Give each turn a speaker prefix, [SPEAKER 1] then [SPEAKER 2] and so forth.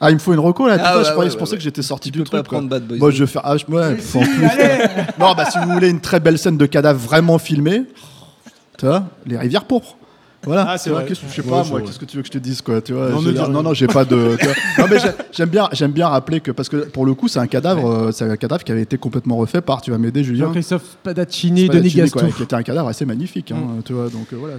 [SPEAKER 1] Ah, il me faut une reco là.
[SPEAKER 2] Ah,
[SPEAKER 1] Putain,
[SPEAKER 2] ouais,
[SPEAKER 1] je,
[SPEAKER 2] ouais,
[SPEAKER 1] croyais- je
[SPEAKER 2] ouais,
[SPEAKER 1] pensais
[SPEAKER 2] ouais.
[SPEAKER 1] que j'étais sorti
[SPEAKER 2] Tu
[SPEAKER 1] du
[SPEAKER 2] peux pas
[SPEAKER 1] truc. quoi.
[SPEAKER 2] prendre Bad Boys.
[SPEAKER 1] Moi, je vais faire. Ah, je- ouais,
[SPEAKER 3] Si,
[SPEAKER 1] faut en plus.
[SPEAKER 3] allez
[SPEAKER 1] Non, bah si vous voulez une très belle scène de cadavre vraiment filmée, tu vois, les rivières pourpres. Voilà.
[SPEAKER 4] Ah, c'est
[SPEAKER 1] Tu vois,
[SPEAKER 4] vrai.
[SPEAKER 1] qu'est-ce que- je sais
[SPEAKER 4] Ouais,
[SPEAKER 1] pas,
[SPEAKER 4] c'est
[SPEAKER 1] moi,
[SPEAKER 4] vrai.
[SPEAKER 1] qu'est-ce que tu veux que je te dise, quoi, tu vois.
[SPEAKER 4] Non,
[SPEAKER 1] j'ai
[SPEAKER 4] ne
[SPEAKER 1] l'air-
[SPEAKER 4] dis
[SPEAKER 1] Non,
[SPEAKER 4] rien.
[SPEAKER 1] non, j'ai pas de. tu vois. Non, mais j'ai- j'aime bien, j'aime bien rappeler que parce que pour le coup, c'est un cadavre, euh, c'est un cadavre qui avait été complètement refait par. Tu vas m'aider, Julien.
[SPEAKER 3] Jean-Christophe Padaccini,
[SPEAKER 1] Spadaccini,
[SPEAKER 3] Denis Gaston.
[SPEAKER 4] Mm.
[SPEAKER 1] quoi, qui était un cadavre assez magnifique, hein, tu vois. Donc euh, voilà.